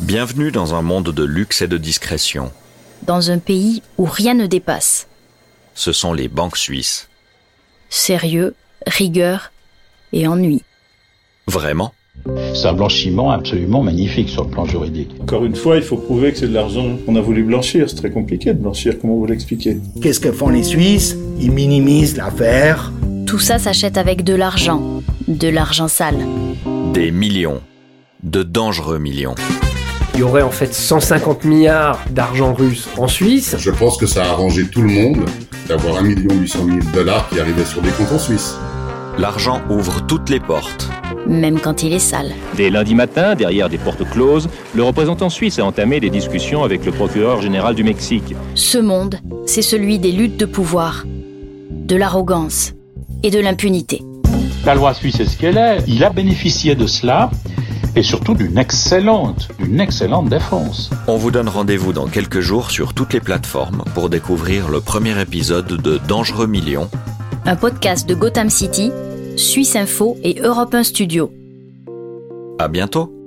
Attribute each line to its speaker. Speaker 1: Bienvenue dans un monde de luxe et de discrétion.
Speaker 2: dans un pays où rien ne dépasse.
Speaker 1: Ce sont les banques suisses.
Speaker 2: Sérieux, rigueur et ennui.
Speaker 1: Vraiment
Speaker 3: C'est un blanchiment absolument magnifique sur le plan juridique.
Speaker 4: Encore une fois, il faut prouver que c'est de l'argent qu'on a voulu blanchir. C'est très compliqué de blanchir, comment vous l'expliquez
Speaker 5: Qu'est-ce que font les Suisses Ils minimisent l'affaire.
Speaker 2: Tout ça s'achète avec de l'argent, de l'argent sale.
Speaker 1: Des millions. De dangereux millions.
Speaker 6: Il y aurait en fait 150 milliards d'argent russe en Suisse.
Speaker 7: Je pense que ça a arrangé tout le monde d'avoir 1 800 000 dollars qui arrivaient sur des comptes en Suisse.
Speaker 1: L'argent ouvre toutes les portes.
Speaker 2: Même quand il est sale.
Speaker 8: Dès lundi matin, derrière des portes closes, le représentant suisse a entamé des discussions avec le procureur général du Mexique.
Speaker 2: Ce monde, c'est celui des luttes de pouvoir, de l'arrogance et de l'impunité.
Speaker 3: La loi suisse est ce qu'elle est. Il a bénéficié de cela et surtout d'une excellente, d'une excellente défense.
Speaker 1: On vous donne rendez-vous dans quelques jours sur toutes les plateformes pour découvrir le premier épisode de Dangereux millions.
Speaker 2: Un podcast de Gotham City, Suisse Info et Europe 1 Studio.
Speaker 1: À bientôt